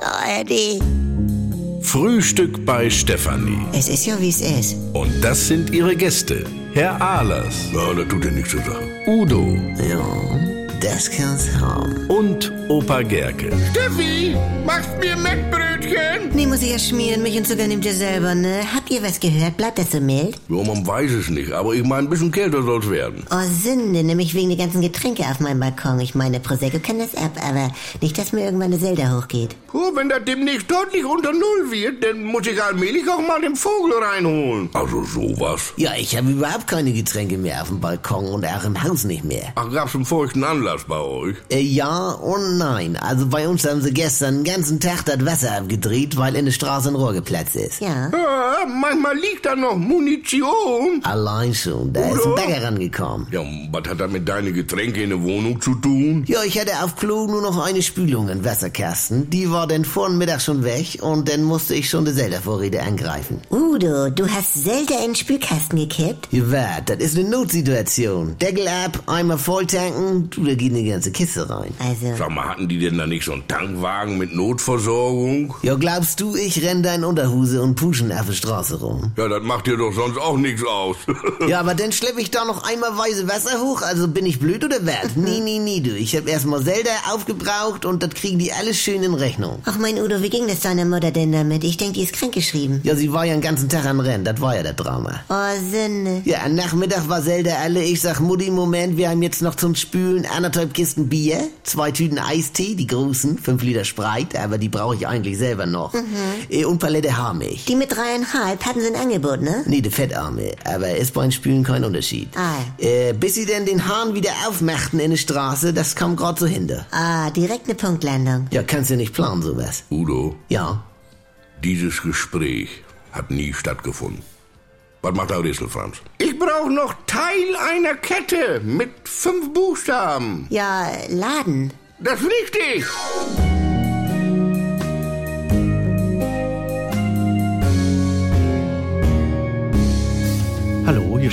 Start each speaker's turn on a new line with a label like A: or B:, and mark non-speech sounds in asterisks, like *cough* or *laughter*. A: ARD.
B: Frühstück bei Stefanie.
A: Es ist ja, wie es ist.
B: Und das sind ihre Gäste. Herr Ahlers,
C: Ja, das tut dir nichts zu sagen.
B: Udo
A: Ja, das kann's haben.
B: und Opa Gerke.
D: Steffi, machst mir Mettbrötchen?
A: Nee, muss ich ja schmieren. Mich und Zucker nehmt ihr selber, ne? Habt ihr was gehört? Bleibt das so mild?
C: Ja, man weiß es nicht, aber ich meine, ein bisschen kälter soll's werden.
A: Oh, Sünde, nämlich wegen der ganzen Getränke auf meinem Balkon. Ich meine, Prosecco kann das ab, aber nicht, dass mir irgendwann eine Zelda hochgeht.
C: Oh, wenn das demnächst deutlich unter Null wird, dann muss ich allmählich auch mal den Vogel reinholen. Also sowas.
E: Ja, ich habe überhaupt keine Getränke mehr auf dem Balkon und auch im Haus nicht mehr.
C: Ach, gab's einen feuchten Anlass bei euch?
E: Äh, ja und nein. Also bei uns haben sie gestern den ganzen Tag das Wasser abgedreht, weil in der Straße ein Rohr geplatzt ist.
A: Ja.
C: Ja, manchmal liegt da noch Munition.
E: Allein schon, da ist ein Bäcker rangekommen.
C: Ja, und was hat das mit deinen Getränken in der Wohnung zu tun?
E: Ja, ich hatte auf Klo nur noch eine Spülung im Wasserkasten. Die war dann vor dem Mittag schon weg und dann musste ich schon die Zelda-Vorräte angreifen.
A: Udo, du hast Zelda in den Spülkasten gekippt?
E: Gewahrt, das ist eine Notsituation. Deckel ab, einmal volltanken, du, da geht eine ganze Kiste rein.
A: Also,
C: Sag mal, hatten die denn da nicht so einen Tankwagen mit Notversorgung?
E: Ja, glaubst du, ich renn da in Unterhose und Puschen auf der Straße rum?
C: Ja, das macht dir doch sonst auch nichts aus. *laughs*
E: Ja, aber dann schlepp ich da noch eimerweise Wasser hoch, also bin ich blöd oder was? Nee, nee, nee, du. Ich hab erstmal Zelda aufgebraucht und das kriegen die alles schön in Rechnung.
A: ach mein Udo, wie ging das deiner Mutter denn damit? Ich denk, die ist krankgeschrieben.
E: Ja, sie war ja den ganzen Tag am Rennen, das war ja das Drama.
A: Oh, Sünde.
E: Ja, am Nachmittag war Zelda alle. Ich sag, Mutti, Moment, wir haben jetzt noch zum Spülen anderthalb Kisten Bier, zwei Tüten Eistee, die großen, fünf Liter Sprite, aber die brauche ich eigentlich selber noch. Äh, Und Palette Haarmilch.
A: Die mit dreieinhalb hatten sie ein Angebot, ne?
E: Nee, die Fettarme, aber ist beim Spülen kein Unterschied.
A: Ah.
E: Äh, bis sie denn den Hahn wieder aufmachten in der Straße, das kam grad so hinter.
A: Ah, direkt eine Punktlandung.
E: Ja, kannst du nicht planen, sowas.
C: Udo,
E: Ja.
C: dieses Gespräch hat nie stattgefunden. Was macht der Rissel, Franz? Ich brauche noch Teil einer Kette mit fünf Buchstaben.
A: Ja, äh, Laden.
C: Das ist richtig.
F: Hallo, hier